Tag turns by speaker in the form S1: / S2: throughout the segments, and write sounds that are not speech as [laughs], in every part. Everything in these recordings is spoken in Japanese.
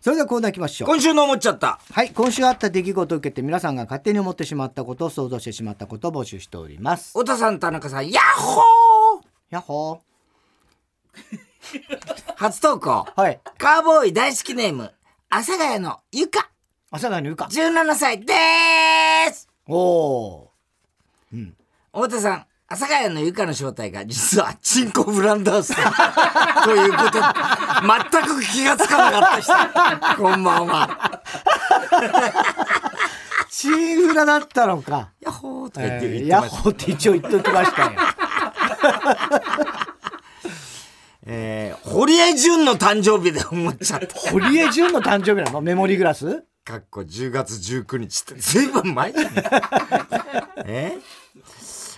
S1: それではコーナー行きましょう。
S2: 今週の思っちゃった。
S1: はい、今週あった出来事を受けて皆さんが勝手に思ってしまったこと、想像してしまったことを募集しております。
S2: 太田さん、田中さん、ヤッホ
S1: やっほ
S2: ー初投稿。
S1: ー。はい。
S2: カーボーイ大好きネーム、阿佐ヶ谷のゆか、
S1: 朝がにうか。
S2: 17歳でーす
S1: おー。
S2: 太田さん、阿佐ヶ谷のゆかの正体が実はチンコブランダース [laughs] ということ全く気がつかなかった人。こんばんは。
S1: チーフラだったのか。
S2: ヤッホーとか言
S1: え
S2: って言っ
S1: ー、
S2: て
S1: ヤ
S2: ま
S1: ッ
S2: した。
S1: ホーって一応言っときましたよ。
S2: えー、堀江純の誕生日で思っちゃった。
S1: [laughs] 堀江純の誕生日なの [laughs] メモリーグラス
S2: かっこ10月19日って随分前
S1: [laughs]
S2: じゃないえ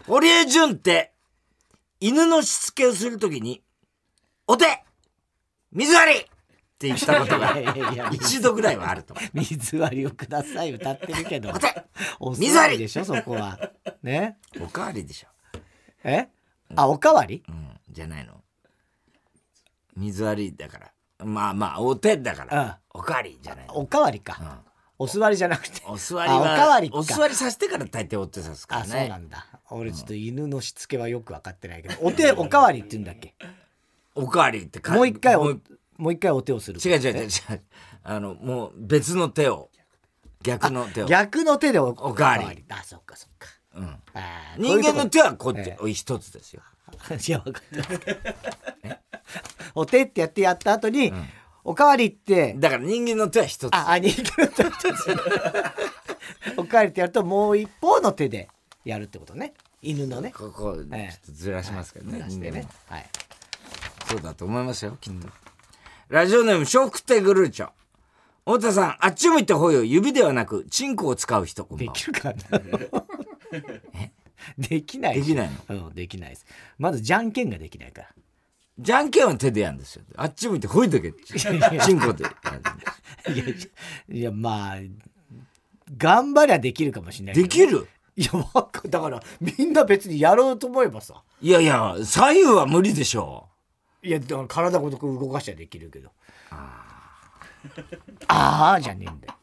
S2: 堀江純って犬のしつけをするときに「お手水割り!」って言ったこと
S1: [laughs]
S2: が
S1: いやいやいや
S2: 一度ぐらいはあると思う
S1: 水割りをください歌ってるけど [laughs]
S2: お手
S1: お
S2: 水割り
S1: でしょそこ [laughs] はね
S2: おかわりでしょ、
S1: えあおかわり
S2: うん、じゃないの水割りだからまあまあお手だから、おかわりじゃないの、
S1: おかわり
S2: う
S1: か
S2: ん
S1: お座りじゃなくて
S2: お座り
S1: あ
S2: は
S1: おかわりか
S2: お座りさせてから大抵お手さすから
S1: あ
S2: ね
S1: そうなんだ俺ちょっと犬のしつけはよく分かってないけどお手おかわりって言うんだっけ
S2: おかわりってか
S1: もう一回お
S2: もう
S1: もう一回お手をする
S2: 違う違う違う違うあのもう別の手を逆の手を、
S1: 逆の手でお
S2: おかわり
S1: あそっかそっか
S2: うん、
S1: あーこう
S2: 人
S1: いうと
S2: 間
S1: こ
S2: の手はこっち、
S1: え
S2: 一つですよ
S1: [laughs] いや、分かってます。
S2: [laughs]
S1: お手ってやってやった後に、おかわりって、
S2: だから人間の手は一つ
S1: あ、あ、人間の手一
S2: [laughs]
S1: つ。おかわりってやると、もう一方の手でやるってことね。犬のね。
S2: ここちょ
S1: ええ
S2: っとずらしますけどね,、
S1: 出してね。はい。
S2: そうだと思いますよきっと、ラジオネームショクテグルーチョ太田さんあっち向いてほいよ指ではなくチンコを使う人こんば
S1: で
S2: んは
S1: きるかな
S2: [laughs]
S1: できない
S2: できないの
S1: のうん、できないです。まず、じゃんけんができないから。
S2: じゃんけんは手でやるんですよあっち向いてほいだ
S1: [laughs]
S2: けチンコでやるんです [laughs]
S1: いや、いやまあ、頑張りゃ [laughs] できるかもしれないけど
S2: できる
S1: いや、わかだから、みんな別にやろうと思えばさ。
S2: いやいや左右は無理でしょ
S1: いや、だから体ごとく動かしちゃできるけど。あーあじゃねえんだよ。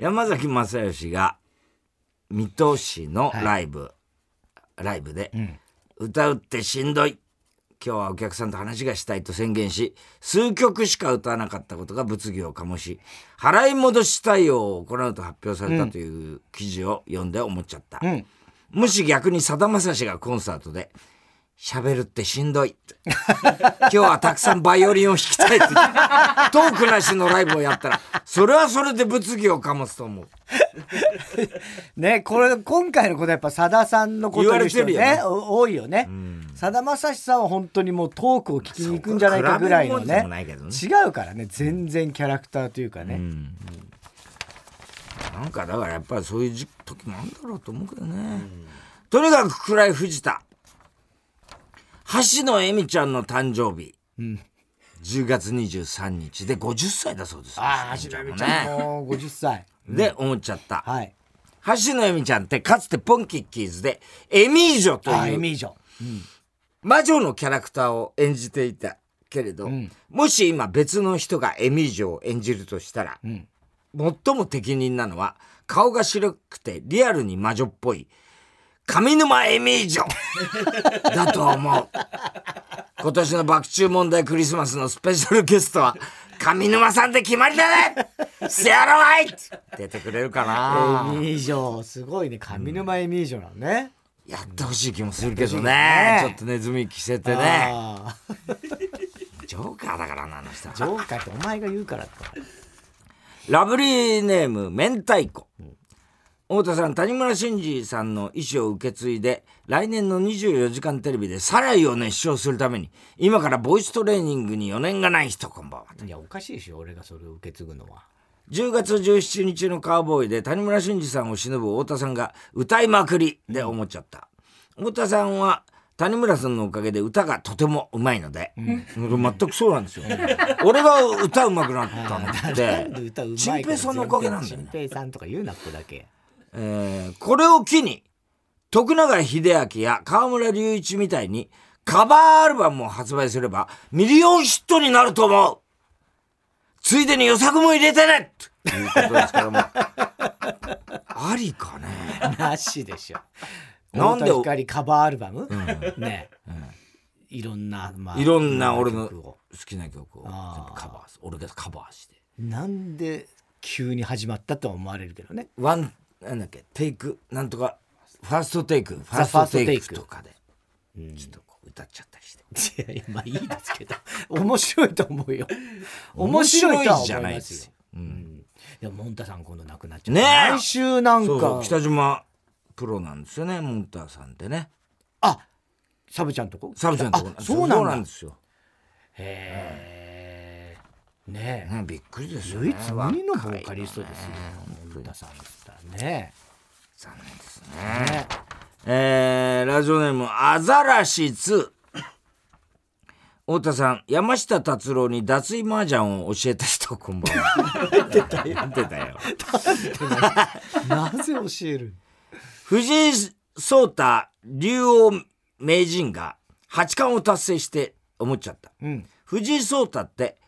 S2: 山崎正義が水戸市のライブ、ライブで、歌うってしんどい今日はお客さんと話がしたいと宣言し数曲しか歌わなかったことが物議を醸し払い戻し対応を行うと発表されたという記事を読んで思っちゃった、
S1: ん
S2: もし逆にさだまさしがコンサートで「喋るってしんどい」って今日はたくさんバイオリンを弾きたいってトークなしのライブをやったらそれはそれで物議を醸すと思う
S1: ね、これ、今回のことやっぱさださんのこと言う人
S2: 言われ
S1: ね
S2: てる、
S1: お多いよね。さだまさしさんは本当にもうトークを聞きに行くんじゃないかぐらいの
S2: そうか比べるもんでも
S1: ね
S2: ないけど。ね
S1: 違うからね、全然キャラクターというかね。
S2: なんかだからやっぱりそういう時時もあるんだろうと思うけどね、とにかく暗い藤田橋野恵美ちゃんの誕生日、10月23日で50歳だそうです
S1: ああ、橋野美ちゃん
S2: ね
S1: もう50歳。
S2: で思っちゃった、
S1: はい。
S2: 橋野恵美ちゃんってかつてポンキッキーズでエミージョと
S1: あ
S2: い
S1: エ
S2: う
S1: ミージョ。
S2: 魔女のキャラクターを演じていたけれど、もし今別の人がエミージョを演じるとしたら、最も適任なのは顔が白くてリアルに魔女っぽい上沼エミージョ
S1: [laughs]
S2: だと思う今年の爆中問題クリスマスのスペシャルゲストは上沼さんで決まりだねセアロワイト出てくれるか
S1: エ
S2: な
S1: ミージョ、すごいね、上沼エミージョなのね。
S2: やってほしい気もするけどね
S1: やってほしいね
S2: ちょっとネズミ着せてね
S1: ああ、
S2: ジョーカーだからなあの人は
S1: ジョーカーってお前が言うからだ
S2: ラブリーネーム明太子、太田さん谷村新司さんの意思を受け継いで来年の『24時間テレビ』でサライを熱唱するために今からボイストレーニングに余念がない人こんばんはい
S1: や、おかしいでしょ、俺がそれを受け継ぐのは。
S2: 10月17日のカウボーイで谷村新司さんを忍ぶ太田さんが歌いまくりで思っちゃった、太田さんは谷村さんのおかげで歌がとてもうまいので、全くそうなんですよ俺が歌うまくなったのって
S1: [laughs] なんで歌うまい
S2: 陳平さんのおかげなんだよね
S1: 陳平さんとか言うな、ここだけ。
S2: えーこれを機に徳永英明や河村隆一みたいにカバーアルバムも発売すれば、ミリオンヒットになると思うついでに予作も入れてねということですけども。ありかね。
S1: なしでしょ。
S2: [laughs] なんで
S1: 太田光カバーアルバム、ね、いろんな、まあ、
S2: いろんな俺の
S1: 曲を
S2: 好きな曲を全部カバーす俺がカバーして。
S1: なんで急に始まったとは思われるけ
S2: [laughs]
S1: どね。
S2: ワン、なんだっけ、テイク、なんとか、ファーストテイク、ファ
S1: ザ
S2: ーストテイ
S1: ファーストテ
S2: ク
S1: イク
S2: とかで、ちょっとこう歌っちゃったりして。
S1: いやいや、まあいいですけど、面白いと思うよ。面
S2: 面
S1: 白
S2: 白
S1: いとはい思
S2: じゃないい
S1: ま
S2: ですすよ。。
S1: よ
S2: うん、
S1: でも、もんたさん今度亡くなっちゃう。
S2: ねえ
S1: 来週なんか、
S2: そうそう、北島プロなんですよね、モンターさんってね。
S1: あサブちゃんとこ
S2: サブちゃんとこ
S1: あそうなんだ。
S2: ですよ。
S1: へえ。ねえ。
S2: ね、びっくりですよ、ね。
S1: 唯一無二のボ
S2: 若い
S1: ーカリストですよ。もんたさんだったらね。
S2: 残念ですね。
S1: ね
S2: えー、ラジオネーム、アザラシ2。太田さん、山下達郎に脱衣麻雀を教えた人、こんばん
S1: [laughs]
S2: は。出たよ。 [laughs] 出たよ。
S1: なぜ教える
S2: 藤井聡太竜王名人が八冠を達成して思っちゃった。
S1: うん。
S2: 藤井聡太って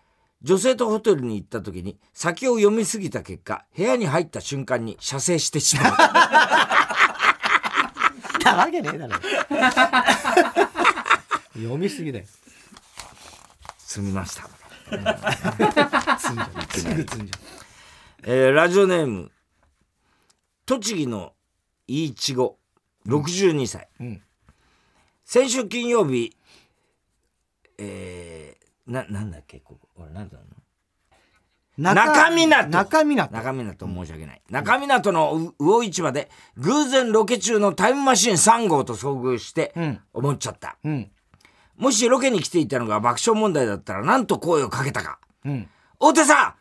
S2: 女性とホテルに行った時に先を読み過ぎた結果部屋に入った瞬間に射精してしま
S1: [laughs]
S2: う
S1: なわけねえだろ。 [laughs] 読みすぎだよ。
S2: すみました、
S1: つんじゃうすぐつんじゃ
S2: えーラジオネーム栃木のいいちご62歳、
S1: う。うん。
S2: 先週金曜日えー、ななんだっけここ俺なんだろうな中港
S1: 中港。
S2: 中港申し訳ない中港の魚市場で偶然ロケ中のタイムマシーン3号と遭遇して
S1: ん
S2: 思っちゃった、
S1: うん。
S2: もしロケに来ていたのが爆笑問題だったらなんと声をかけたか
S1: うん。
S2: 太田さん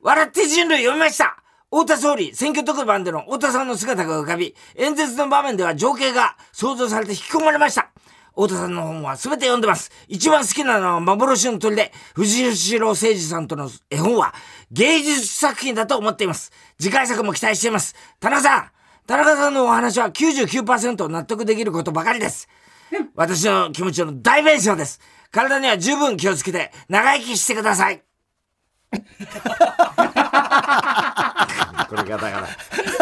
S2: 笑って人類読みました太田総理、選挙特番での太田さんの姿が浮かび、演説の場面では情景が想像されて引き込まれました。太田さんの本は全て読んでます。一番好きなのは幻の鳥で、藤代誠二さんとの絵本は芸術作品だと思っています。次回作も期待しています。田中さん田中さんのお話は99%納得できることばかりです。私の気持ちの代弁者です。体には十分気をつけて、長生きしてください。 [laughs] これがだから、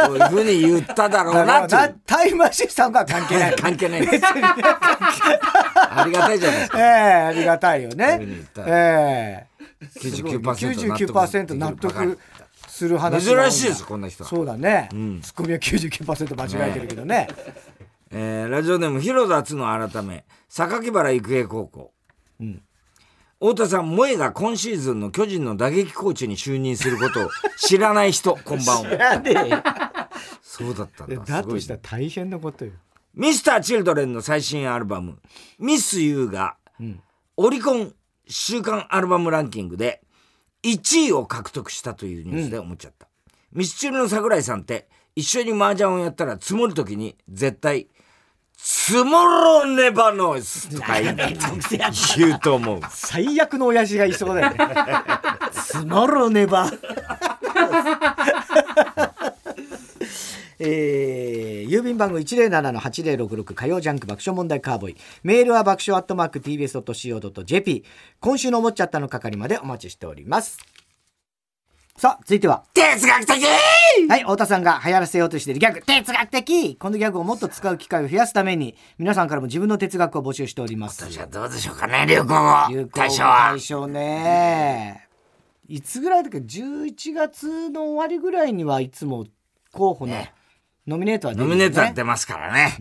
S2: こういうふうに言っただろうな
S1: だ
S2: って
S1: か
S2: い
S1: らな
S2: う。
S1: タイムマシーンさんとは関係ない。 [laughs]
S2: 関係ないです。ありがたいじゃないです
S1: え
S2: か。
S1: えありがたいよね
S2: ういうふうに言っ。た
S1: ええ
S2: 99%
S1: 納
S2: 納得
S1: 得する話
S2: 珍しいですこんな人は
S1: そうだね、ツッコミは99%間違えてるけどね
S2: えーラジオネーム広田つの改め榊原育英高校、太田さん萌えが今シーズンの巨人の打撃コーチに就任することを知らない人こんばん
S1: [laughs]
S2: はそうだったんだ
S1: だ
S2: すご
S1: と
S2: い
S1: したら
S2: ね
S1: 大変なことよ
S2: ミスター・チルドレンの最新アルバム「ミス・ユー」が、オリコン週間アルバムランキングで1位を獲得したというニュースで思っちゃった、ミスチルの桜井さんって一緒に麻雀をやったら積もる時に絶対「積もろねばのす」とか言
S1: [laughs]
S2: う言うと思う
S1: 最悪の親父がいそうだ
S2: [laughs]
S1: よねつまらねば [laughs] えー郵便番号107-8066火曜ジャンク爆笑問題カーボーイメールは爆笑アットマーク TBS.CO.jp 今週の思っちゃったの係までお待ちしておりますさあ続いては
S2: 哲学的
S1: はい、太田さんが流行らせようとしているギャグ、哲学的このギャグをもっと使う機会を増やすために、皆さんからも自分の哲学を募集しております。
S2: じゃあどうでしょうかね流行語大賞は
S1: 対象ね。いつぐらいだっけ ?11 月の終わりぐらいにはいつも候補の
S2: ね
S1: ノミネートは出
S2: ノ
S1: るよ
S2: ミ
S1: ね
S2: ネートは出ますからね。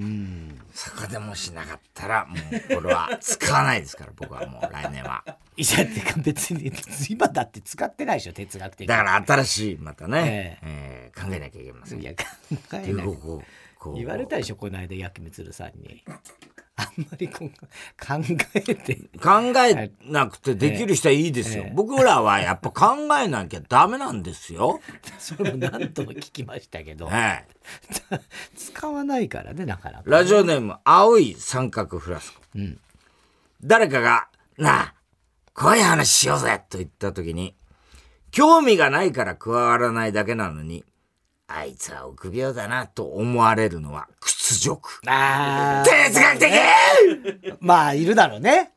S2: そこでもしなかったら、もうこれは使わないですから、 [laughs] 僕はもう来年は。
S1: いや、てか別に、今だって使ってないでしょ、哲学的。
S2: だから新しい、またね、
S1: え
S2: えー考えなきゃいけません
S1: い
S2: よ。
S1: や、考え
S2: 流
S1: ない
S2: 行。語こう
S1: 言われたでしょ、この間、やきみつるさんに。あんまりこう考えて。
S2: 考えなくてできる人はいいですよ。僕らはやっぱ考えなきゃダメなんです
S1: [laughs]
S2: よ。
S1: それも何度も聞きましたけど、
S2: はい。
S1: 使わないからね、なかなか。
S2: ラジオネーム、青い三角フラスコ。誰かが、なあ、怖い話しようぜと言った時に、興味がないから加わらないだけなのに、あいつは臆病だなと思われるのは屈辱。
S1: あー
S2: 哲学的
S1: まあ、いるだろうね。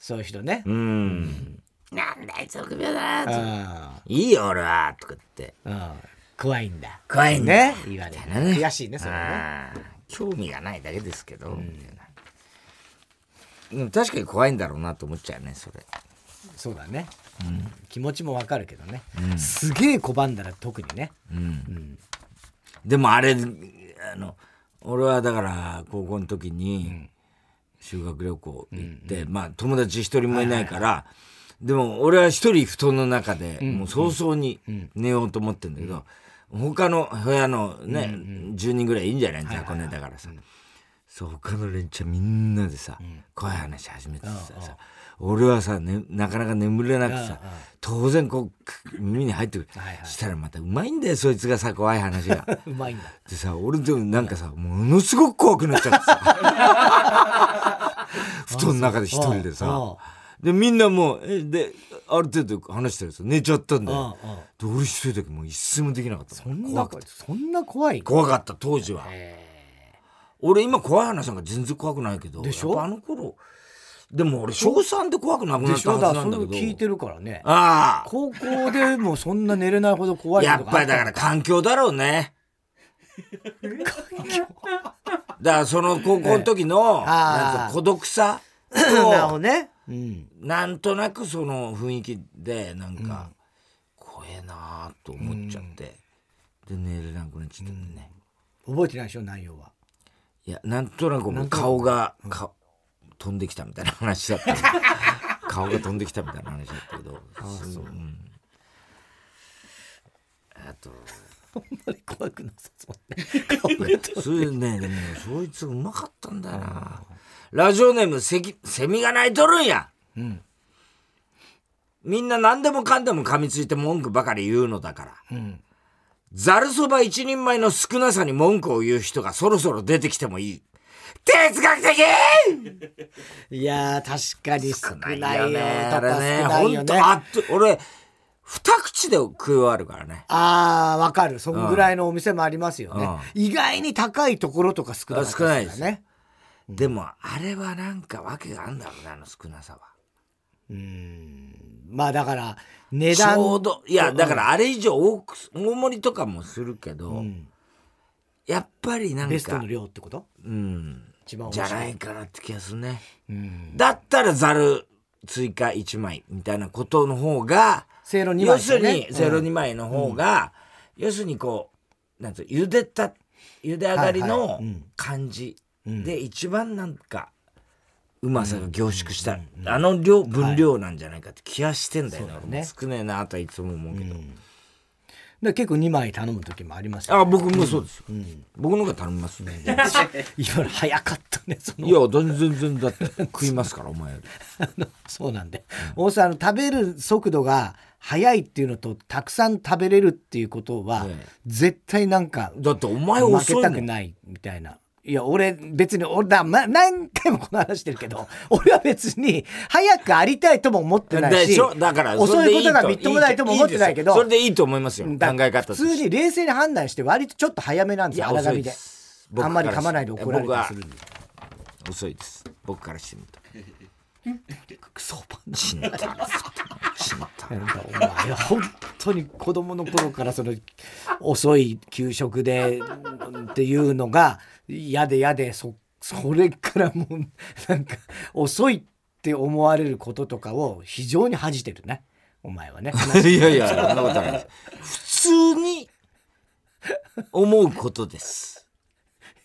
S1: そういう人ね。
S2: うん。なんだあいつ臆病だ
S1: う
S2: なと。
S1: ん。
S2: いいよ俺は、とかって。
S1: うん。怖いんだ。
S2: 怖いんだ
S1: ね。言われる
S2: だね
S1: 悔しいね、それはね。
S2: あー興味がないだけですけど、みたいなでも確かに怖いんだろうなと思っちゃうねそれ
S1: そうだね。気持ちもわかるけどね。すげえ拒んだら特にね。
S2: でもあれあの俺はだから高校の時に修学旅行行って、まあ友達一人もいないから、でも俺は一人布団の中でもう早々に寝ようと思ってんだけど、他の部屋のね、10人ぐらいいいんじゃない雑魚寝だからさ、そう他の連中みんなでさ、怖い話始めてささ俺はさ、ね、なかなか眠れなくてさ当然こうく耳に入ってくる、
S1: はいはい
S2: したらまたうまいんだよそいつがさ怖い話が。
S1: うまいんだ。
S2: でさ俺でもなんかさものすごく怖くなっちゃってさ布
S1: [laughs]
S2: 団の中で一人で
S1: うん
S2: さでみんなもうえである程度話してるさ寝ちゃったんだよ
S1: うんうん
S2: で俺一人だけもう一睡もできなかった
S1: そんな
S2: 怖く
S1: 怖い
S2: て。
S1: そんな怖い。
S2: 怖かった当時は俺今怖い話なんか全然怖くないけど
S1: でしょ
S2: やっぱあの頃でも俺小3で怖くなくな
S1: で
S2: っ
S1: したょ
S2: は
S1: だ
S2: ず
S1: か
S2: なん
S1: らそ
S2: だ
S1: れ
S2: け
S1: を
S2: ど
S1: 聞いてるからね。
S2: ああ
S1: 高校でもうそんな寝れないほど怖い
S2: やっ
S1: ことが
S2: ぱ
S1: あっ
S2: りだ
S1: た
S2: から環境だろうね環境だからその高校の時の
S1: ああ
S2: なんか孤独 [clears throat] さ
S1: なるほ
S2: と
S1: どね。うん。
S2: なんとなくその雰囲気でなんか怖えなと思っちゃって、で寝れなくなっちゃったんだよね、
S1: 覚えてないでしょ内容は。
S2: いやなんとなくもう顔が、か飛んできたみたいな話だった [laughs] 顔が飛んできたみたいな話だったけどあそう、うん、あと
S1: あんまり [laughs] 怖くなさそうね。顔が
S2: それでね、でも、そいつうまかったんだよな。ラジオネーム、セキセミが鳴いとるんや。みんな何でもかんでも噛みついて文句ばかり言うのだから。ざるそば一人前の少なさに文句を言う人がそろそろ出てきてもいい。哲学的
S1: いやー確かに少ないよ
S2: あ
S1: パ
S2: れ
S1: パ
S2: ね、
S1: 少ないよ
S2: 本
S1: ね
S2: 当あっと、俺、二口で食い終わるからね。
S1: あーわかるそんぐらいのお店もありますよね、
S2: う
S1: 意外に高いところとか少なかった
S2: あ少ないです
S1: からね
S2: でも、あれはなんか訳があんだろうな、あの少なさは。
S1: まあだから値
S2: ち
S1: 段
S2: ょうどいやだからあれ以上多く大盛りとかもするけど、やっぱりなん
S1: ベスト
S2: か
S1: の量ってこと
S2: うん
S1: 一番美
S2: じゃ
S1: 味しい
S2: ないかなって気がするね、だったらざる追加1枚みたいなことの方が
S1: せいろ2枚
S2: 要する
S1: だね
S2: にゼロ2枚の方が、要するにこうなんつう茹でた茹で上がり
S1: はいは
S2: の
S1: いうん
S2: 感じで一番なんかうまさが凝縮した、あの量分量なんじゃないかって気がしてんだよね,、
S1: そうだね
S2: 少ねえなとはいつも思うけど、
S1: で結構2枚頼む時もありますよ
S2: あ、僕もそうですよ。僕の方が頼みますね。
S1: 今の早かったねその
S2: いや、全然、全然、だって、食いますから、お
S1: [laughs]
S2: 前より。
S1: あのそうなんで、大沢さんあの食べる速度が速いっていうのとたくさん食べれるっていうことは、
S2: ええ
S1: 絶対なんか
S2: だって、お前
S1: 負け
S2: 遅い
S1: た
S2: も
S1: く
S2: ん。
S1: ないみたいな。いや俺別に俺だ、ま、何回もこの話してるけど [laughs] 俺は別に早くありたいとも思ってない
S2: で
S1: し
S2: しょだから、
S1: 遅いことが
S2: それで
S1: みっともないとも思ってないけ
S2: いいで
S1: ど
S2: すよそれでいいと思いますよ。考
S1: だ
S2: え方と
S1: 普
S2: して
S1: 通に冷静に判断して割とちょっと早めなん
S2: い
S1: ですよ
S2: や、
S1: 荒
S2: 遅い
S1: 波
S2: で。
S1: ですあんまり噛まないで怒られたりするん
S2: 僕
S1: で
S2: は遅いです。僕からしてみると。
S1: クソパン
S2: ちんた
S1: [laughs]
S2: らちんたら
S1: なんかお前は本当に子供の頃からその遅い給食でっていうのが嫌で嫌でそそれからもうなんか遅いって思われることとかを非常に恥じてるねお前はね
S2: [laughs] いやいや、そんなことないです。普通に思うことです。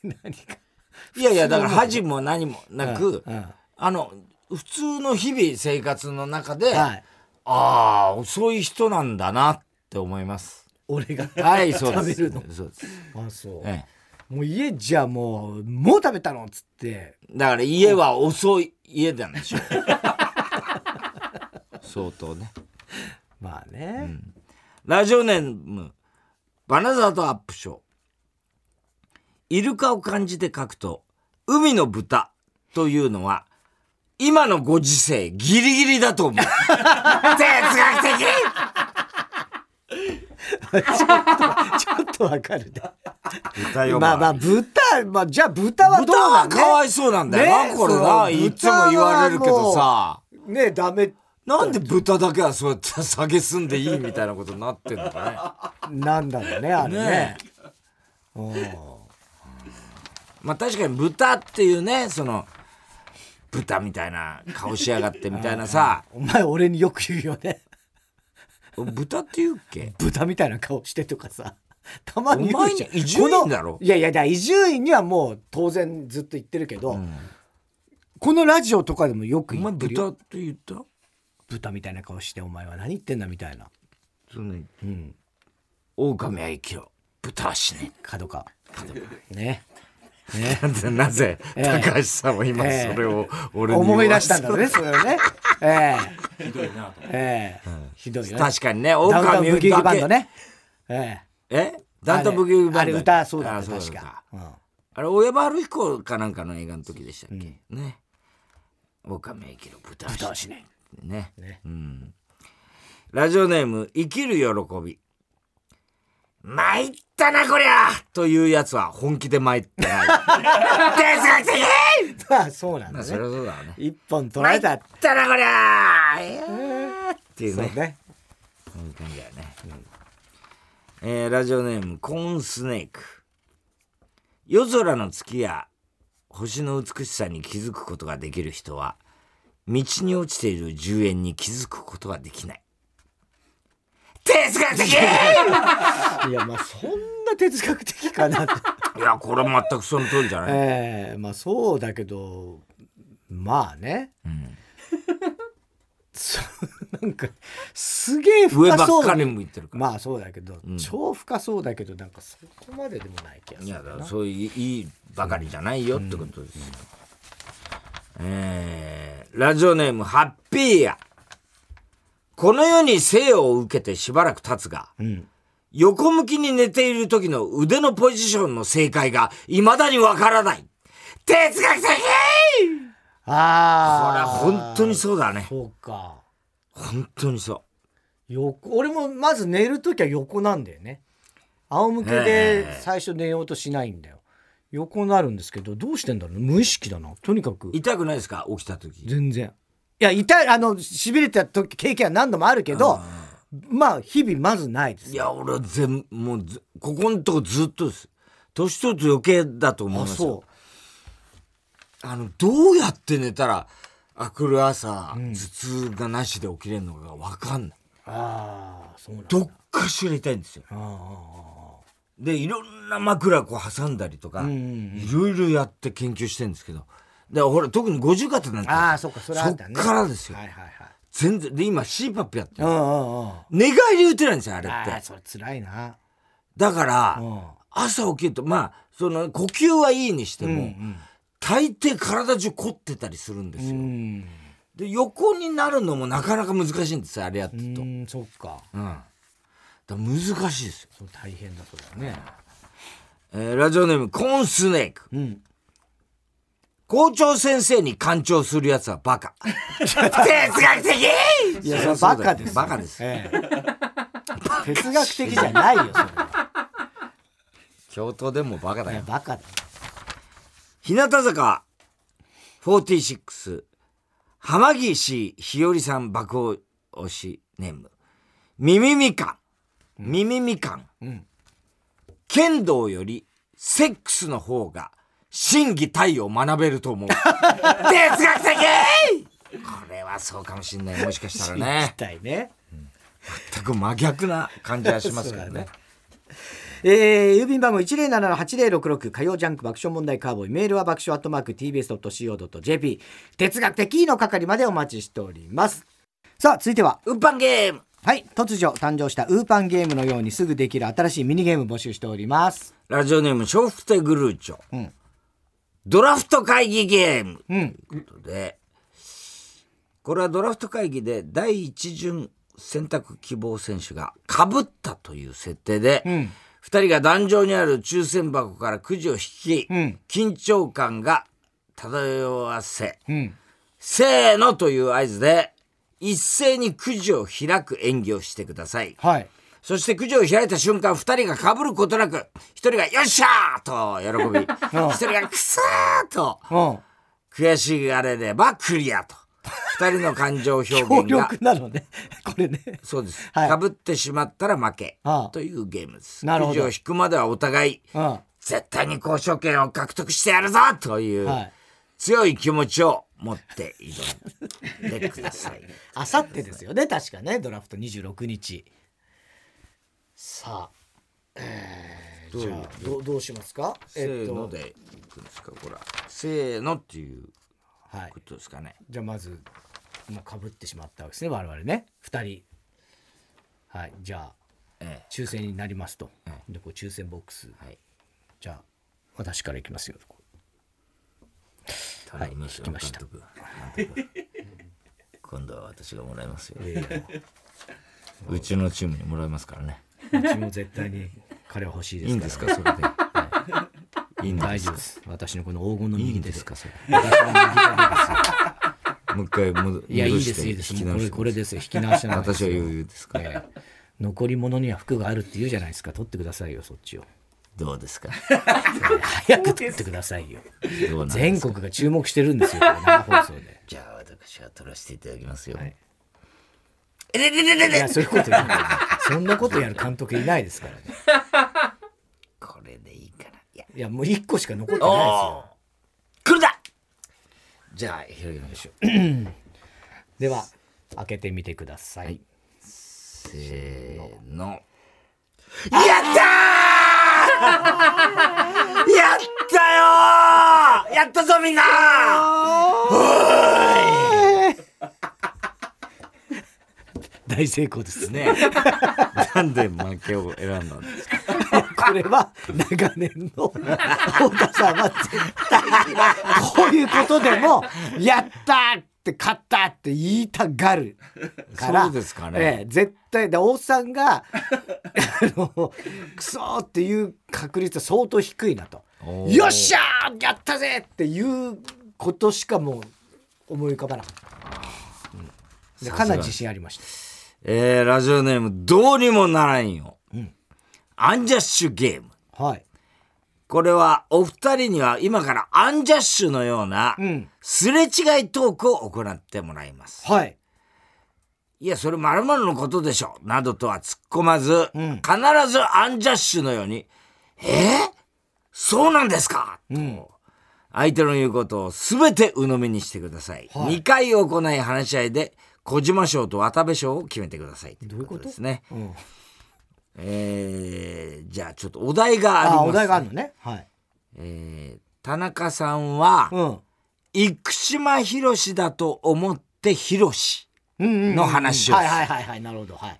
S1: 何か
S2: いやいや、だから恥も何もなく、
S1: うんうん
S2: あの、普通の日々生活の中で、
S1: はい
S2: ああ、遅い人なんだなって思います。
S1: 俺が
S2: はい、そう
S1: 食
S2: で
S1: べ
S2: す。
S1: るの
S2: そうです。
S1: あそう、
S2: え
S1: もう家じゃもうもう食べたのっつって
S2: えだから家は遅い家なんでし
S1: [laughs]
S2: ょう。相当ね。
S1: まあね、
S2: ラジオネーム、バナザーとアップショー。イルカを漢字で書くと、海の豚というのは、今のご時世
S1: [laughs]
S2: ギリギリだと思う。哲学的
S1: ちょっとわかるね。
S2: 豚よ。
S1: まあまあ、豚、まあ、じゃあ豚はどうなん
S2: 豚はかわいそうなんだよな、
S1: ね
S2: これ
S1: そ
S2: な。
S1: う
S2: いつも言われるけどさ。
S1: ねダメ
S2: なんで豚だけはそうやって下げすんでいいみたいなことになってんのか
S1: なんだろうね、あ
S2: ね。
S1: れ
S2: ね
S1: ね。
S2: え
S1: おー
S2: まあ確かに豚っていうね、その、豚みたいな顔しやがってみたいなさ、
S1: [laughs] お前、俺によく言うよね。 [laughs]
S2: 豚って言うっけ
S1: 豚みたいな顔してとかさ。 [laughs] たまに言うじゃん。
S2: お前伊集院
S1: この
S2: だろ
S1: いやいや、だから伊集院にはもう当然ずっと言ってるけど、このラジオとかでもよく
S2: お
S1: 言
S2: 前
S1: ってるよ。
S2: 豚って言った
S1: 豚みたいな顔して、お前は何言ってんだみたいな。
S2: その
S1: うん。
S2: 狼は生きろ豚は死ね
S1: 角か。ね。
S2: なんでなぜ
S1: ええ
S2: 高橋さんは今
S1: ええ
S2: それを俺に
S1: 思い出したんだろう
S2: ね
S1: ね、それを
S2: [laughs]
S1: ね。ええええひどいよね。
S2: 確かにね
S1: ダウンタウン
S2: 狼
S1: ブギウギバンドね。え
S2: え
S1: え。
S2: ダンタブギウギバンド
S1: あれあれ歌そうだ
S2: あ
S1: った、
S2: そう
S1: 確か。うん [laughs]
S2: あれ大山春彦かなんかの映画の時でしたっけ、ね狼は生きろ豚
S1: 豚は
S2: は
S1: 死
S2: 死
S1: ね
S2: ねね
S1: ね
S2: うんラジオネーム生きる喜び参ったなこりゃというやつは本気で参ってない
S1: [laughs]
S2: 哲学的
S1: まあ、そうなん
S2: ま
S1: だ
S2: あそり
S1: ね。
S2: ゃそうだわね
S1: 一本取られたっ
S2: ったなこりゃいやーって
S1: て
S2: い
S1: いうう
S2: ね
S1: ね。
S2: そういう感じだよね、えーラジオネームコーンスネーク夜空の月や星の美しさに気づくことができる人は道に落ちている10円に気づくことができない哲学的い
S1: いや、まあ、そんな哲学的か
S2: [laughs]
S1: なって。
S2: やこれは全くその通りじゃない、
S1: ええまあ、そうだけど、まあね。 [laughs]
S2: うん
S1: そうなんか、すげえ
S2: 上
S1: 深
S2: ばっ
S1: そう
S2: か
S1: な
S2: り向いてるから、
S1: まあそうだけど、
S2: ん
S1: 超深そうだけどなんかそこまででもない気がす
S2: い
S1: る
S2: やだから
S1: な
S2: そういういいばかりじゃないよってことですよ、えーラジオネームハッピーやこの世に生を受けてしばらく経つが、
S1: ん
S2: 横向きに寝ている時の腕のポジションの正解が未だにわからない哲学的これは
S1: ああ
S2: 本当にそうだね
S1: そうか
S2: 本当にそ
S1: 横俺もまず寝る時は横なんだよね仰向けで
S2: ええ
S1: 最初寝ようとしないんだよ横になるんですけどどうしてんだろうね無意識だなとにかく
S2: う痛くないですか起きた時
S1: 全然いや痛いあのしびれた時経験は何度もあるけどまあ日々まずないです
S2: いや俺は全もうずここのとこずっとです年取ると余計だと思い
S1: あ
S2: ますよ
S1: そ
S2: あの、どうやって寝たら、あくる朝、頭痛がなしで起きれるのかがわかんない。
S1: うああそうなんだ
S2: どっかしら痛いんですよ。
S1: ああ
S2: で、いろんな枕こう挟んだりとか、
S1: んうん
S2: いろいろやって研究してるんですけど。で、ほら、特に五十肩なんて。
S1: ああああそうかそれはあったね
S2: そっからですよ。
S1: はいはいはい
S2: 全然。で、今 CPAP やって
S1: う
S2: る。
S1: んうんうん
S2: 寝返り打てないんですよ、あれ
S1: ああ
S2: っ
S1: ー
S2: て。
S1: それ辛いな
S2: だから、
S1: うん
S2: 朝起きると、まあ、その、呼吸はいいにしても、大抵体中凝ってたりするんですよ。
S1: うん
S2: で横になるのもなかなか難しいんですよあれやってると、うん
S1: そっか
S2: だから難しいですよ、
S1: そう大変だそうだね
S2: えーラジオネームコーンスネーク
S1: うん
S2: 校長先生に干潮するやつはバカ哲学的
S1: いやそれはバカですよ
S2: バカです、
S1: え
S2: [laughs]
S1: え哲学的じゃないよそれは
S2: 教頭でもバカだ
S1: い
S2: よ
S1: やバカだよ
S2: 日向坂46浜岸ひよりさん爆押しネーム耳みかん耳みかん、
S1: ん
S2: 剣道よりセックスの方が真偽体を学べると [laughs] 思う哲学的これはそうかもしんないもしかしたら
S1: 聞き
S2: ね
S1: たいね
S2: [laughs] 全く真逆な感じはしますけど
S1: そうだ
S2: ね
S1: ねえー郵便番号107-8066火曜ジャンク爆笑問題カーボーイメールは爆笑アットマーク TBS.CO.JP 哲学的の係までお待ちしておりますさあ続いては
S2: ウッパンゲーム
S1: はい突如誕生したウーパンゲームのようにすぐできる新しいミニゲーム募集しております
S2: ラジオネーム笑福亭グルーチョ、
S1: ん
S2: ドラフト会議ゲーム
S1: うん
S2: ということで、これはドラフト会議で第一巡選択希望選手が被ったという設定で、2人が壇上にある抽選箱からくじを引き、
S1: ん
S2: 緊張感が漂わせ、
S1: うん
S2: せーのという合図で、一斉にくじを開く演技をしてください。
S1: はい
S2: そしてくじを開いた瞬間、二人が被ることなく、一人がよっしゃーと喜
S1: [laughs]
S2: び、一人がくすーと
S1: うん。
S2: 悔しがれればクリアと。二人の感情表現
S1: 強
S2: が、
S1: 力なのね。 [laughs] これね。
S2: そうです。
S1: はい
S2: 被ってしまったら負け
S1: ああ
S2: というゲームです。
S1: なるほど
S2: くじを引くまではお互い、
S1: うん。は
S2: 絶対に交渉権を獲得してやるぞという、
S1: い。
S2: 強い気持ちを持って挑んでくださ
S1: [laughs]
S2: い。
S1: あさってですよね確かねドラフト26日さあ、えー、じゃあどうどうしますか
S2: せーの
S1: と、
S2: でいくんですか、これは。せーのっていう
S1: はい
S2: こ、とですかね。
S1: じゃあまずもうかぶってしまったわけですね我々ね2人はいじゃあ
S2: え
S1: 抽選になりますと、
S2: はい
S1: でこう抽選ボックス、
S2: はい
S1: じゃあ私からいきますよ
S2: え、
S1: はい引きました
S2: 監督監督今度は私がもらいますよ。 [laughs] うちのチームにもらいますからね。
S1: うちも絶
S2: [laughs]
S1: 対に彼は欲しいで
S2: いい
S1: す
S2: ん
S1: か
S2: で
S1: ら
S2: すか、それで。はいいいんで
S1: 大
S2: す
S1: 丈
S2: か
S1: 夫です私のこの黄金の
S2: いい
S1: 右
S2: ん
S1: 手
S2: で
S1: です
S2: か、それ。
S1: 私の右手です
S2: もう一回戻して。
S1: いやいいですいいです
S2: 引き
S1: もう
S2: 直し
S1: これ
S2: て
S1: これですよ引き直しなんです
S2: 私は余裕ですから。
S1: ええ残り物には服があるって言うじゃないですか取ってくださいよそっちを
S2: どう
S1: [laughs]
S2: ですか。
S1: 早く取ってくださいよ
S2: どうなんで
S1: 全
S2: すか。
S1: 国が注目してるんですよこれ生放送で
S2: じゃあ私は取らせていただきますよ。
S1: はい
S2: えれれれれ
S1: い
S2: れ
S1: やそういうこと言うのそんなことやる監督いないですからね
S2: これでいいかな。いや。
S1: いやもう一個しか残って
S2: お
S1: ないで
S2: お
S1: すよ。
S2: 来るだ。じゃあ広げましょう。
S1: では開けてみてください、
S2: せーの。やったー。 [laughs] やったよー。やったぞみんな。
S1: [laughs] 大成功ですね
S2: ね。なんで負けを選んだんですか。
S1: [laughs] これは長年の [laughs] 太田さんは絶対にこういうことで
S2: [laughs]
S1: も「やった!」って勝ったって言いたがるから
S2: そうですかね
S1: ええ絶対で大津さんが [laughs] あのクソーっていう確率は相当低いなと「
S2: おー
S1: よっしゃーやったぜ!」っていうことしかもう思い浮かばなかった、うんで、かなり自信ありました
S2: えー、ラジオネームどうにもならんよ、アンジャッシュゲーム
S1: はい
S2: これはお二人には今からアンジャッシュのような
S1: うん
S2: すれ違いトークを行ってもらいます、
S1: はい
S2: いやそれ〇〇のことでしょなどとは突っ込まず、
S1: ん
S2: 必ずアンジャッシュのように「えー、そうなんですか
S1: うん
S2: と相手の言うことを全て鵜呑みにしてください、
S1: はい
S2: 2回行い話し合いで小島賞と渡部賞を決めてください
S1: どういうこと
S2: ですね
S1: うん
S2: えーじゃあちょっとお題があります、
S1: あお題があるのねはい
S2: えー田中さんは、
S1: うん
S2: 生島ひろしだと思ってひろし、
S1: の
S2: の話をす
S1: は
S2: る
S1: いはいはいはいなるほどはい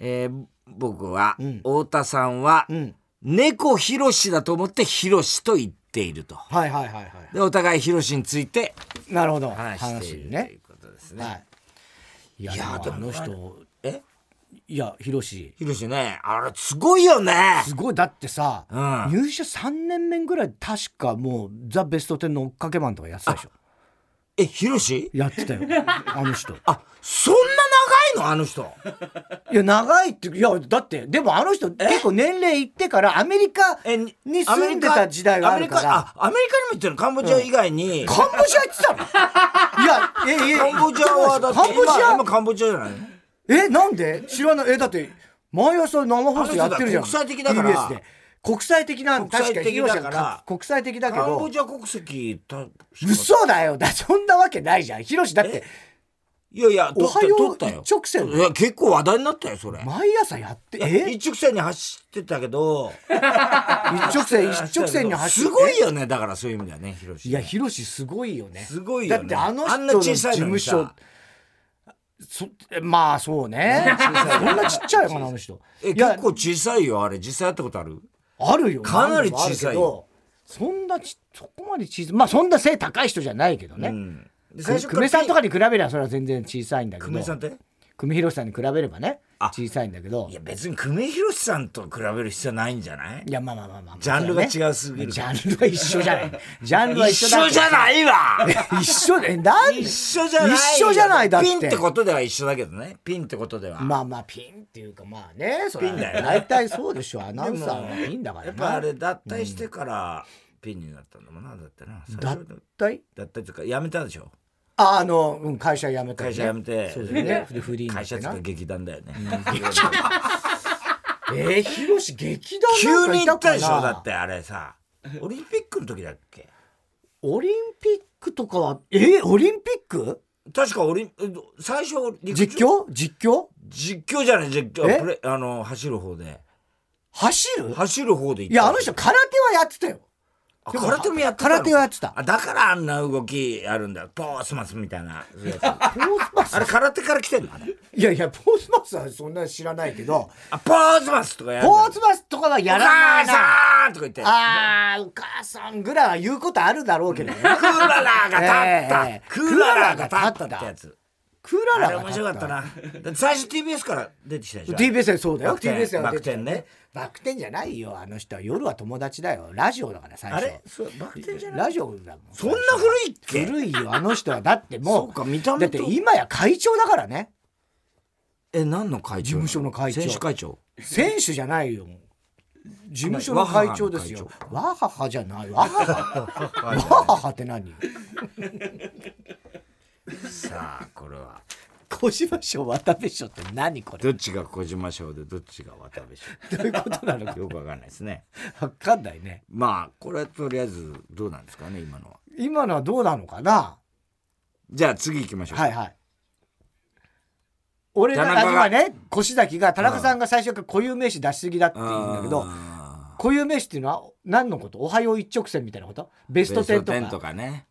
S2: えー僕は、
S1: うん
S2: 太田さんは、
S1: うん
S2: 猫ひろしだと思ってひろしと言っていると
S1: はいはいはいは
S2: でお互いひろしについて
S1: いなるほど
S2: 話している
S1: 話
S2: とい
S1: ね
S2: うことですね
S1: はいいや
S2: いや
S1: でもあの
S2: で
S1: 人
S2: え
S1: いやヒロシ
S2: ひろしねあれすごいよね
S1: すごいだってさ
S2: うん
S1: 入社3年目ぐらい確かもう「ザ・ベストテン」の追っかけマンとかやってたでしょ
S2: えひろし
S1: やってたよあの人い
S2: あそんな長いのあの
S1: [laughs]
S2: 人
S1: や長いっていやだってでもあの人結構年齢いってからアメリカ
S2: え
S1: に住んでた時代があるか
S2: アメリ
S1: ら
S2: カあアメリカにも行ってるのカンボジア以外に、
S1: カンボジア行
S2: [laughs]
S1: ってたのいやえええ
S2: カンボジアはだって
S1: カンボジ
S2: 今
S1: ア
S2: 今カンボジアじゃないの
S1: えなんで知らないえだって毎朝生放送やってるじゃん
S2: あの人だ国際的だから
S1: TBS で国際的な
S2: 国
S1: 確
S2: 際
S1: か
S2: 的
S1: にヒロシ
S2: だか
S1: は
S2: ら
S1: か国際的だけ
S2: カンボ
S1: ど
S2: ジア国籍た
S1: 嘘だよだそんなわけないじゃんヒロシだって
S2: いやいや取
S1: お
S2: った
S1: はよう
S2: 取ったよ
S1: 一直線
S2: いや結構話題になったよそれ
S1: 毎朝やってえ
S2: 一直線に走ってたけど
S1: 一直線一直線に走って
S2: すごいよねだからそういう意味ではね広
S1: いやヒロシすごいよね
S2: すごいよね
S1: だってあの
S2: あ
S1: 人
S2: んな
S1: の事
S2: 小さいの
S1: 務
S2: にさ
S1: 所そまあそうねそんなちっちゃいかなあの人
S2: え
S1: いや
S2: 結構小さいよあれ実際やったことある
S1: あるよ
S2: かなり小さいよ
S1: 何でもあるけどそんなちそこまで小さいまあそんな背高い人じゃないけどね、
S2: うんで
S1: 久米さんと
S2: か
S1: かに比べればそれは全然小さいんだけ
S2: ら
S1: ど
S2: 久米さんって
S1: 久米宏さんに比べればね
S2: あ
S1: 小さいんだけど
S2: いや別に久米宏さんと比べる必要ないんじゃない
S1: いやまあまあまあまあ
S2: ジャンルが違うすぎる
S1: ジャンルは一緒じゃないジャンルは
S2: [laughs] 一
S1: 一緒だ
S2: 緒じゃないい
S1: [laughs]
S2: わ
S1: 一緒でなんで
S2: 一緒じゃないよ
S1: 一緒じゃないだって
S2: ピンってことでは一緒だけどねピンってことでは、
S1: まあまあピンっていうかまあねそれは
S2: ピンだよね
S1: 大体そうでしょアナウン
S2: でも
S1: サーはピンだから
S2: やっぱ
S1: な
S2: あれ脱退してからピンになったんだもんなだってな最
S1: 脱
S2: 初の
S1: 退
S2: 脱退というか辞めたでしょ
S1: ああの、うん、会社辞めた
S2: 会
S1: りね
S2: 社辞めて
S1: そうだよねでフリーにな
S2: 会
S1: っ
S2: 社
S1: て
S2: と
S1: な
S2: か劇団だよね
S1: えー、ヒロシ劇団
S2: 急に行
S1: なん
S2: っ
S1: か
S2: た
S1: い
S2: でし
S1: か
S2: ょ
S1: な
S2: だってあれさオリンピックの時だっけ
S1: オリンピックとかはえー、オリンピック
S2: 確かオリン最初陸上
S1: 実況実況
S2: 実況じゃない実
S1: え
S2: 況プレあの走る方で
S1: 走る
S2: 走る方で行った
S1: いやあの人空手はやってたよ
S2: あ
S1: でも
S2: 空手もやってたの
S1: 空手はやってた
S2: あだからあんな動きあるんだポースマスみたいなやつ
S1: ポーズ
S2: [laughs]
S1: マス
S2: あれ空手から来てんのあれ
S1: いやいやポーズマスはそんな知らないけ
S2: [laughs]
S1: ど
S2: あポースマスとかやるんだ
S1: ポーズマスとかはやらない
S2: お母
S1: な
S2: さんとか言って
S1: あーお母さんぐらいは言うことあるだろうけど
S2: [laughs]
S1: ね
S2: クーララが立った、
S1: ええ
S2: クーララが立
S1: クーララが立っ
S2: ったたってやつ
S1: ク
S2: あ
S1: ララ
S2: れ
S1: が
S2: 面白かったなだって最初 TBS から出てきたでしょ
S1: TBS でそうだよ
S2: バク転
S1: TBS では
S2: バク転ね
S1: バク転じゃないよあの人は夜は友達だよラジオだから最
S2: あ
S1: 初
S2: れそうバク転じゃない
S1: ラジオだもん
S2: そんな古いっけ
S1: 古いよあの人はだって
S2: そ
S1: も
S2: う
S1: う
S2: か見た
S1: だ
S2: 目
S1: って
S2: と
S1: 今や会長だからね
S2: え何の会長
S1: 事務所の会長
S2: 選手会長
S1: 選手じゃないよ事務所の会長ですよわははじゃないわははわははって何
S2: さあこれは
S1: 小島賞渡部賞って何これ
S2: どっちが小島賞でどっちが渡部賞
S1: どういうことなの [laughs] か
S2: よくわかんないですね
S1: 分かんないね
S2: まあこれはとりあえずどうなんですかね今のは
S1: 今のはどうなのかな
S2: じゃあ次行きましょう、
S1: はいはい俺が
S2: 田中が
S1: 今ね越崎が田中さんが最初から固有名詞出しすぎだって言うんだけど
S2: あ
S1: 固有名詞っていうのは何のことおはよう一直線みたいなことベ
S2: ー
S1: スト
S2: ベスト
S1: 10
S2: 10
S1: と
S2: と
S1: か
S2: かね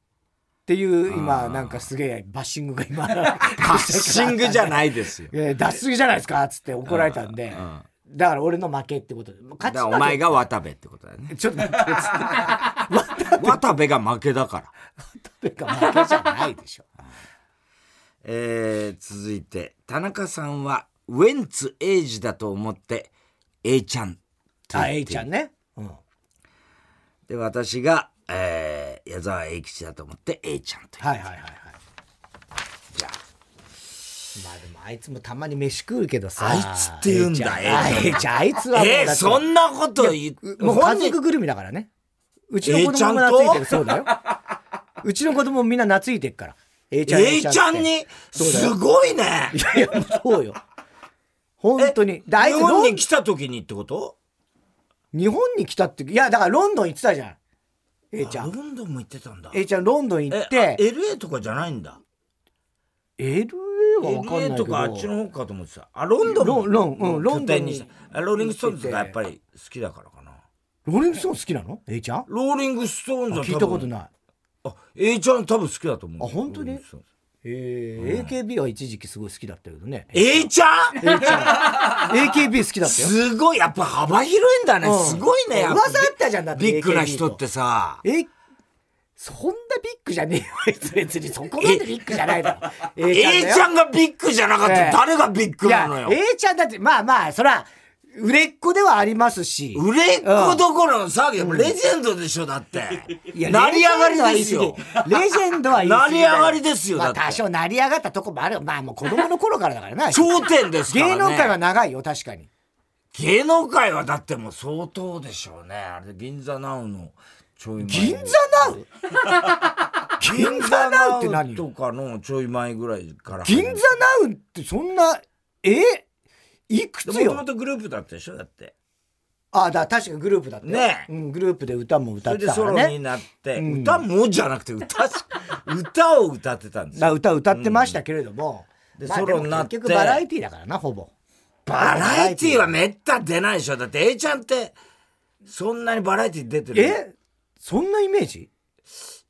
S1: っていう今
S2: あー
S1: なんかすげえバッシングが今
S2: パッシングじゃない
S1: [laughs]
S2: ですよ
S1: えー出しすぎじゃないですかっつって怒られたんで
S2: うんうん
S1: だから俺の負けってことで
S2: だ
S1: 勝
S2: か
S1: ち
S2: ら
S1: 負
S2: お
S1: け
S2: 前が渡部ってことだよ
S1: [laughs]
S2: ね
S1: ちょっと待って別に
S2: 渡部が負けだから。
S1: というか負けじゃないで
S2: [laughs]
S1: しょ
S2: えー、続いて、田中さんは、ウェンツエイジだと思って、A ちゃんと言っ
S1: あ
S2: ている。
S1: えいちゃんね、うん、
S2: で、私が、えー、矢沢永吉だと思って、A ちゃんと言う。
S1: はいはいはいはい
S2: じゃ
S1: まあでもあいつもたまに飯食うけどさ
S2: あいつって言うんだ
S1: えいちゃんあいつは
S2: あ
S1: もう
S2: えー、
S1: だって
S2: そんなこと言う。
S1: もう家
S2: 本人
S1: 族ぐるみだからねうちの子
S2: えいちゃ
S1: 供
S2: ん
S1: も
S2: と
S1: 懐いてるそうだようちの子供みんな懐いてるからえい
S2: A ちゃん
S1: って
S2: に、
S1: そうだよ
S2: すごいね。
S1: いやいや、そうよ。本当に。であい
S2: 日
S1: つロン
S2: 本に来た時にってこと
S1: 日本に来たって、いや、だからロンドン行ってたじゃん。A ちゃ
S2: あ
S1: ん。
S2: ロンドンも行ってたんだ。
S1: A ちゃん、ロンドン行って
S2: え、あ LA とかじゃないんだ。
S1: LA はわかんな
S2: LA
S1: いけ
S2: と
S1: ど。
S2: かあっちの方かと思ってた。あ、ロンドン
S1: ロンロンうん
S2: も
S1: ロンドン
S2: 拠点にしたあローリングストーンズが
S1: 行
S2: や
S1: って
S2: ってぱり好きだからかな。
S1: ローリングストーン好きなの ?A ちゃんあ
S2: ローリングストーンズは。
S1: 聞いたことないい。
S2: あ、A ちゃん多分好きだと思う。
S1: あ本当に
S2: ローリングストーンズ
S1: えー AKB は一時期すごい好きだったけどね。
S2: A ちゃん
S1: A ちゃん。AKB 好きだったよ。
S2: すごい、やっぱ幅広いんだね。
S1: う
S2: [laughs]
S1: ん
S2: すごいね。やっぱ
S1: 噂あったじゃん、だって。
S2: ビッグな人っ。てさ。
S1: えそんなビッグじゃねえよ、あいつ別に。そこまでビッグじゃないだ
S2: [laughs]
S1: ろ。
S2: A
S1: だよ
S2: ちゃんがビッグじゃなかった
S1: ええ
S2: ら誰がビッグ
S1: い
S2: な
S1: や
S2: のよ。
S1: A ちゃんだってまあまあそら売れっ子ではありますし
S2: 売れっ子どころの騒ぎでもレジェンドでしょ、だって。成り上がりですよ。
S1: レジェンドは言い過ぎ
S2: 成り上がりですよ
S1: ま
S2: だ
S1: あ
S2: って
S1: 多少成り上がったとこもあるよまあもう子供の頃からだからな
S2: 頂点ですからね。
S1: 芸能界は長いよ確かに
S2: 芸能界はだってもう相当でしょうねあれ銀座ナウのちょい前
S1: 銀座ナウ銀座ナウって
S2: 銀
S1: 何
S2: 座ナウとかのちょい前ぐらいから
S1: 銀座ナウってそんなえいくつ
S2: もとも
S1: よ
S2: とグループだったでしょだって
S1: あだ確かグループだったよ
S2: ねえ
S1: うん、グループで歌
S2: そ
S1: も歌っ
S2: れ
S1: て
S2: で
S1: たか
S2: ソ
S1: ら
S2: ロ
S1: ね
S2: になって、
S1: うん
S2: 歌もじゃなくて歌し [laughs] 歌を歌ってたんです
S1: だ
S2: よ
S1: 歌歌ってましたけれども、
S2: で
S1: まあ
S2: ソロになって
S1: でも結局バラエティーだからなほぼ
S2: バラエティーはめったに出ないでしょだって A ちゃんってそんなにバラエティー出てる
S1: えそんなイメージ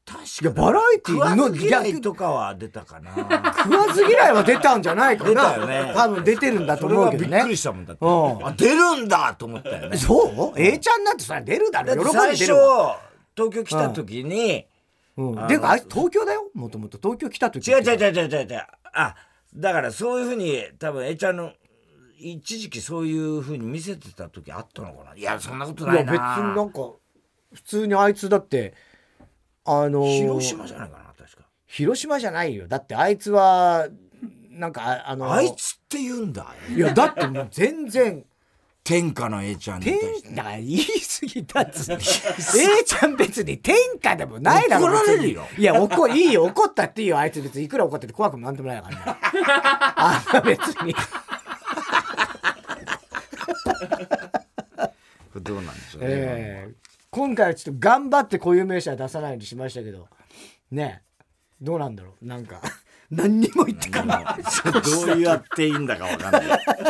S1: いや
S2: 確か
S1: バラエティーの
S2: の嫌いとかは出たかな
S1: 食わず嫌いは出たんじゃないかな
S2: 出たよね
S1: 多分出てるんだと
S2: それ
S1: 思う
S2: は
S1: け
S2: び
S1: ど
S2: っ
S1: ね
S2: くりしたもんだって、
S1: うん
S2: あ出るんだと思ったよね
S1: そう ?A ちゃんなんてそりゃ出るだ
S2: だって
S1: ろ喜ん
S2: 最
S1: で
S2: 初
S1: 出るわ
S2: 東京来た時に、
S1: うん
S2: の
S1: でかあいつ東京だよもともと東京来た時
S2: 違う違う違う違う違う違うあだからそういうふうに多分 A ちゃんの一時期そういうふうに見せてた時あったのかないやそんなこと
S1: い
S2: な
S1: や
S2: い
S1: 別
S2: な
S1: になんか普通にあいつだってあのー
S2: 広島じゃないかな確か
S1: 広島じゃないよだってあいつはなんかああの
S2: あいつって言うんだ
S1: いやだってもう全然
S2: 天下の A ちゃんに対して
S1: 天だから言い過ぎだっ [laughs] つって A ちゃん別に天下でもないだろ
S2: 怒られる
S1: 別に
S2: よ
S1: いや怒いいよ怒ったっていいよあいつ別にいくら怒ってて怖くもなんでもないからね [laughs] あんな別に
S2: これどうなんでしょうね、
S1: ええ今回はちょっと頑張って固有名詞は出さないようにしましたけどねえどうなんだろうなんか何にも言ってかない
S2: どうやっていいんだかわかんない [laughs] ところ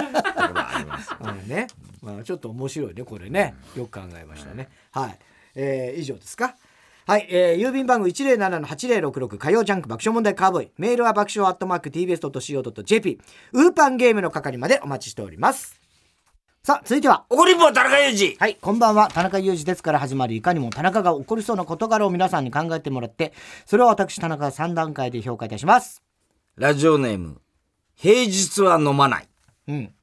S2: はあります
S1: あのね、まあ、ちょっと面白いねこれねよく考えましたね、はい、えー以上ですかはい、えー郵便番号107-8066火曜ジャンク爆笑問題カーボーイメールは爆笑アットマーク TBS.CO.JP ウーパンゲームの係までお待ちしておりますさあ続いては
S2: 怒りんぼ田中裕二
S1: はい、こんばんは、田中裕二ですから始まり、いかにも田中が起こりそうな事柄を皆さんに考えてもらって、それを私、田中が3段階で評価いたします。
S2: ラジオネーム平日は飲まない
S1: うん。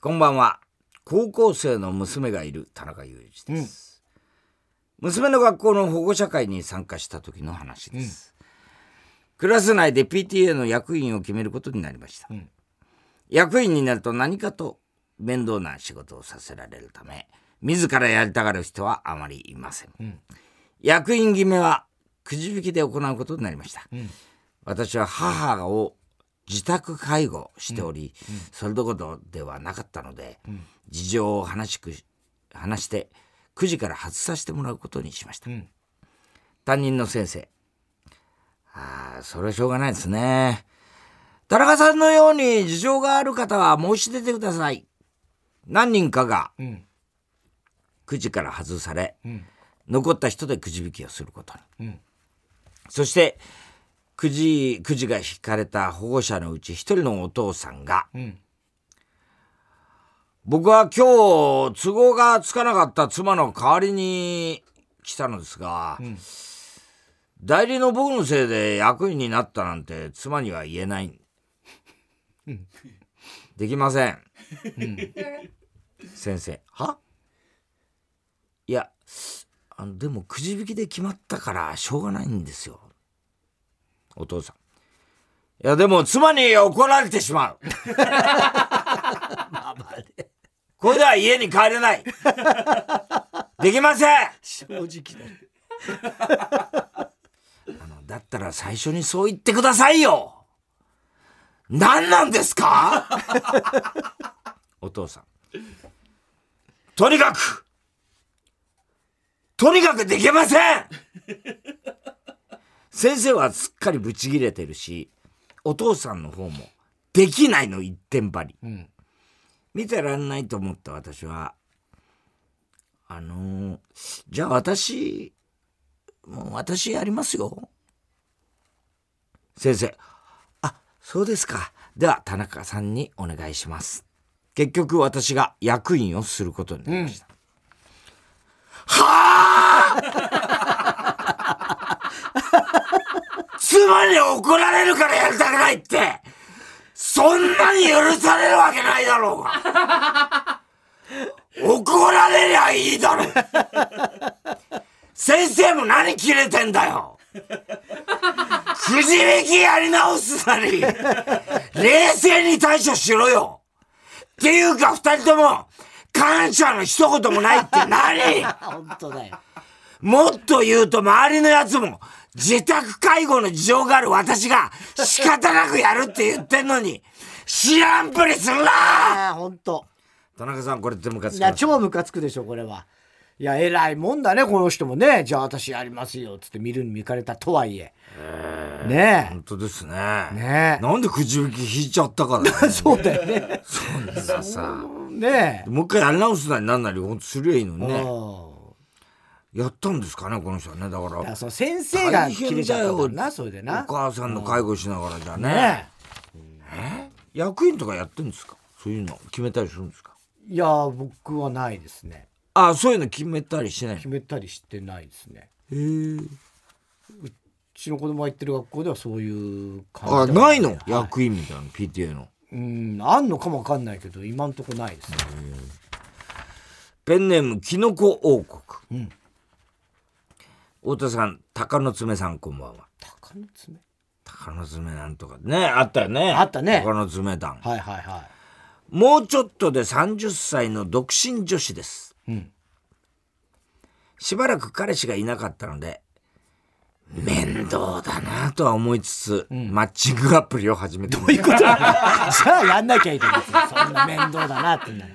S2: こんばんは。高校生の娘がいる田中裕二です、娘の学校の保護者会に参加した時の話です。クラス内で PTA の役員を決めることになりました。
S1: ん
S2: 役員になると何かと面倒な仕事をさせられるため、自らやりたがる人はあまりいません。役員決めはくじ引きで行うことになりました。私は母を自宅介護しており、それどころではなかったので、事情を話しく話して9時から外させてもらうことにしました、
S1: ん
S2: 担任の先生ああそれはしょうがないですね田中さんのように事情がある方は申し出てください何人かが
S1: うん。
S2: くじから外され、
S1: ん
S2: 残った人でくじ引きをすることに、
S1: うん
S2: そしてくじくじが引かれた保護者のうち一人のお父さんが、
S1: ん
S2: 僕は今日都合がつかなかった妻の代わりに来たのですが、代理の僕のせいで役員になったなんて妻には言えない、できません、先生はいやあのでもくじ引きで決まったからしょうがないんですよお父さんいやでも妻に怒られてしま
S1: [laughs]
S2: うこれでは家に帰れないできません
S1: 正直だ。
S2: あのだったら最初にそう言ってくださいよ何なんです
S1: [laughs]
S2: かお父さんとにかくとにかくできません先生はすっかりブチギレてるしお父さんの方もできないの一点張り、
S1: ん
S2: 見てらんないと思った私はあのじゃあ私もう私やりますよ。先生。あ、そうですか。では、田中さんにお願いします。結局、私が役員をすることになりました。はあ妻に怒られるからやりたくないってそんなに許されるわけないだろうが怒られりゃいいだろう先生も何切れてんだよくじ引きやり直すなり、冷静に対処しろよっていうか二人とも、感謝の一言もないって何
S1: 本当だよ。
S2: もっと言うと周りのやつも自宅介護の事情がある私が仕方なくやるって言ってんのに知らんぷりすんな
S1: ああ、本当。
S2: 田中さんこれってムカつ
S1: い
S2: きま
S1: や、
S2: す
S1: 超ムカつくでしょ、これは。いや、偉いもんだね、この人もね。じゃあ私やりますよ、つって見るに見かれたとはいえ。ね
S2: 本当ですね
S1: え。ね
S2: なんでくじ引き引いちゃったからね
S1: え。 [laughs] そうだよね。
S2: そんなさ
S1: ねえ。
S2: もう一回やり直すなりなんなりほんとすりゃいいのにね
S1: うん
S2: やったんですかねこの人はねだか
S1: だから
S2: ら
S1: その先生が切れちゃったんだろう
S2: 大変だよ
S1: な、それでな。
S2: お母さんの介護しながらじゃね
S1: ね
S2: 役員とかやってんですかそういうの決めたりするんですか
S1: え。いや、僕はないですね。
S2: ああそういうの決めたりしない
S1: 決めたりしてないですね。
S2: へえう
S1: うちの子供が行ってる学校ではそういう
S2: あ
S1: 感じだ
S2: ないの、
S1: はい
S2: 役員みたいな PTA の
S1: うんあんのかもわかんないけど今んとこないですね
S2: ペンネームキノコ王国、
S1: うん
S2: 太田さん鷹の爪さんこんばんは
S1: 鷹の爪
S2: 鷹の爪なんとかねあったよね
S1: あったね
S2: 鷹の爪団
S1: はいはい [laughs] は
S2: もうちょっとで30歳の独身女子です、
S1: うん
S2: しばらく彼氏がいなかったので面倒だなとは思いつつ、マッチングアプリを始めてみた
S1: いじゃあやんなきゃいいと思うそんな面倒だなってなる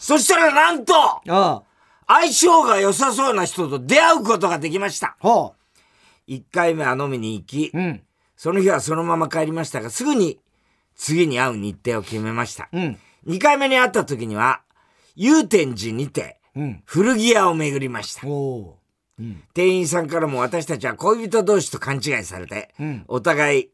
S2: そしたらなんと
S1: あ
S2: 相性が良さそうな人と出会うことができました
S1: あほ
S2: 1回目は飲みに行き、
S1: ううん
S2: その日はそのまま帰りましたがすぐに次に会う日程を決めました、
S1: うん
S2: 2回目に会った時には祐天寺にて
S1: うん
S2: 古着屋を巡りました
S1: おお
S2: 店員さんからも私たちは恋人同士と勘違いされて、
S1: ん
S2: お互い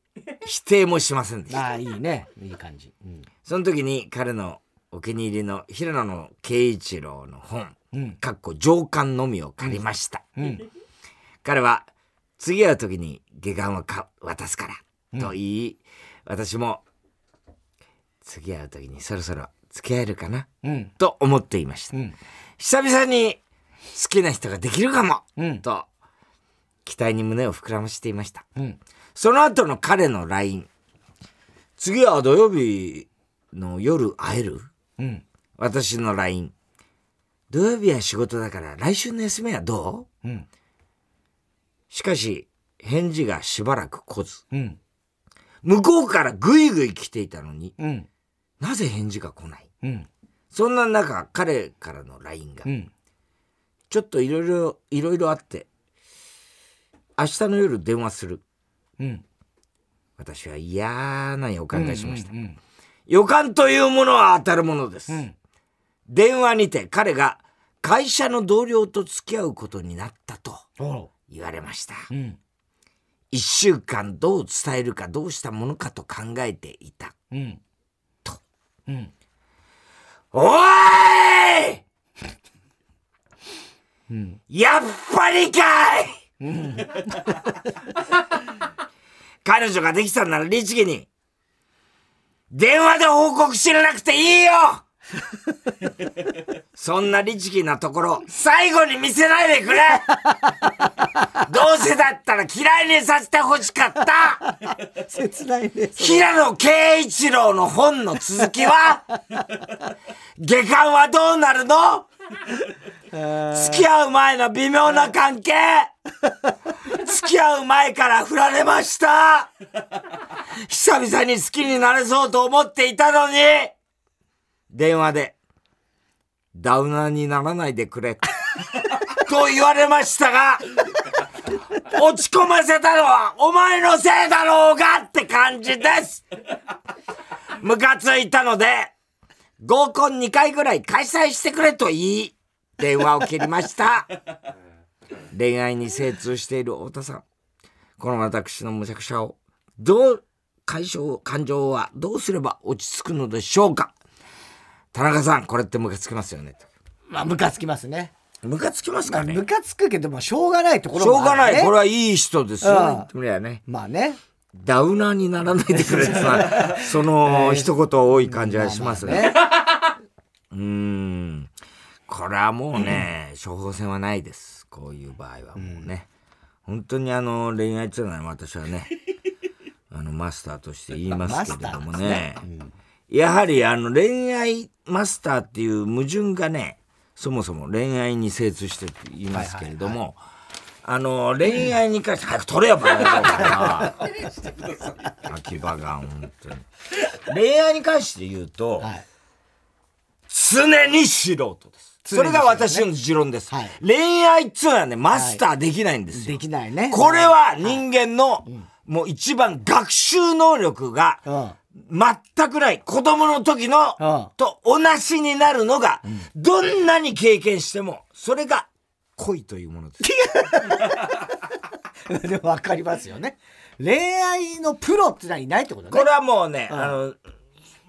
S2: 否定もしませんでし
S1: ー
S2: た。
S1: ああいいねいい感じうん
S2: その時に彼のお気に入りの平野の慶一郎の本、
S1: うん
S2: かっこ上巻のみを借りました。
S1: うん
S2: 彼は、次会う時に下巻をか渡すから、と言い、私も、次会う時にそろそろ付き合えるかな、
S1: うん
S2: と思っていました。
S1: うん
S2: 久々に好きな人ができるかも、
S1: うん
S2: と期待に胸を膨らましていました
S1: うん
S2: その後の彼の LINE 次は土曜日の夜会える
S1: うん
S2: 私の LINE 土曜日は仕事だから来週の休みはどう
S1: うん
S2: しかし返事がしばらく来ず
S1: うん
S2: 向こうからぐいぐい来ていたのに
S1: うん
S2: なぜ返事が来ない
S1: うん
S2: そんな中彼からの LINE が
S1: うん
S2: ちょっといろいろ、いろいろあって、明日の夜電話する。
S1: うん
S2: 私は嫌な予感がしました。
S1: うん
S2: 予感というものは当たるものです。
S1: うん
S2: 電話にて彼が会社の同僚と付き合うことになったと
S1: お
S2: 言われました。
S1: ううん
S2: 一週間どう伝えるかどうしたものかと考えていた。
S1: うん
S2: と
S1: うん
S2: おーい
S1: うん
S2: やっぱりかい、彼女ができたんなら律儀に、電話で報告しなくていいよそんな律儀なところ、最後に見せないでくれどうせだったら嫌いにさせてほしかった
S1: 切ないねそれ
S2: 平野慶一郎の本の続きは下巻はどうなるの付き合う前の微妙な関係付き合う前から振られました久々に好きになれそうと思っていたのに電話で「ダウナーにならないでくれ」と言われましたが落ち込ませたのはお前のせいだろうがって感じですムカついたので合コン2回ぐらい開催してくれと言い電話を切りました恋愛に精通している太田さんこの私のむちゃくちゃをどう解消感情はどうすれば落ち着くのでしょうか田中さんこれってムカつきますよね
S1: まあムカつきますね
S2: ムカつきます
S1: ま
S2: か
S1: あ
S2: ね
S1: ムカつくけどまあしょうがないところ
S2: しょう
S1: も
S2: が
S1: あ
S2: な
S1: るね
S2: いこれはいい人ですよね
S1: う
S2: 無理やね
S1: まあね
S2: ダウナーにならないでくれって [laughs] さその一言多い感じはしますね,、
S1: あ
S2: うーんこれはもうね、処方箋はないです。こういう場合はもうね。本当にあの、恋愛っていうのは私はね、 [laughs] あの、マスターとして言いますけれどもね。やはりあの、恋愛マスターっていう矛盾がね、そもそも恋愛に精通してるって言いますけれども、あの、恋愛に関して、早く取れよ、バカな。 [laughs] 秋葉が、本当に。恋愛に関して言うと、
S1: はい
S2: 常に素人です。
S1: 常に素人
S2: それが私の持論です。
S1: はい
S2: 恋愛っつうのはね、マスターできないんですよ。
S1: できないね
S2: これは人間の、もう一番学習能力
S1: うん
S2: が、全くない。子供の時の、
S1: うん
S2: と同じになるのが、どんなに経験しても、それが恋というものです。
S1: でも分かりますよね恋愛のプロってのはいないってこと
S2: こ
S1: ね
S2: れはもうね、あの、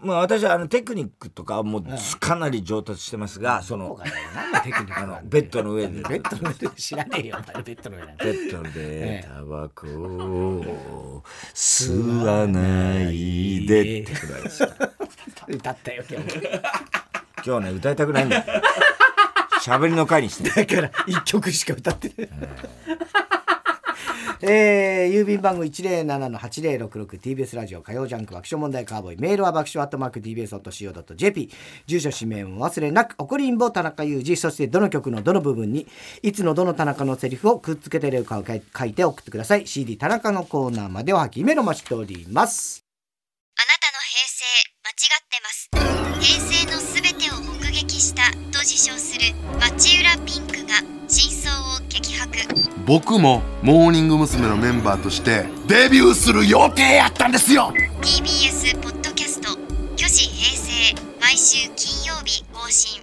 S2: まあ私はあのテクニックとかはもうかなり上達してますが、その、
S1: 何のテクニック
S2: あ
S1: な
S2: の
S1: の、
S2: ベッドの上で。
S1: ベッドの上で知らねえよお前ベッドの上なんて
S2: ペットでタバコを吸わないでってくらいですよ
S1: 歌ったよ今日
S2: 今日はね、歌いたくないんだよ。喋りの回にして。
S1: だから一曲しか歌ってない。 [laughs] えー、郵便番号 107-8066TBS ラジオ火曜ジャンク爆笑問題カーボーイメールは爆笑アットマーク TBS.CO.JP 住所氏名も忘れなく怒りんぼ田中裕二そしてどの曲のどの部分にいつのどの田中のセリフをくっつけてるかを書い書いて送ってください CD 田中のコーナーまでおはきメロ待ちしております
S3: あなたの平成間違ってます平成のすべてを目撃したと自称する町浦ピンクが真相を激白
S4: 僕もモーニング娘。のメンバーとしてデビューする予定やったんですよ
S3: TBS ポッドキャスト「巨子平成」毎週金曜日更新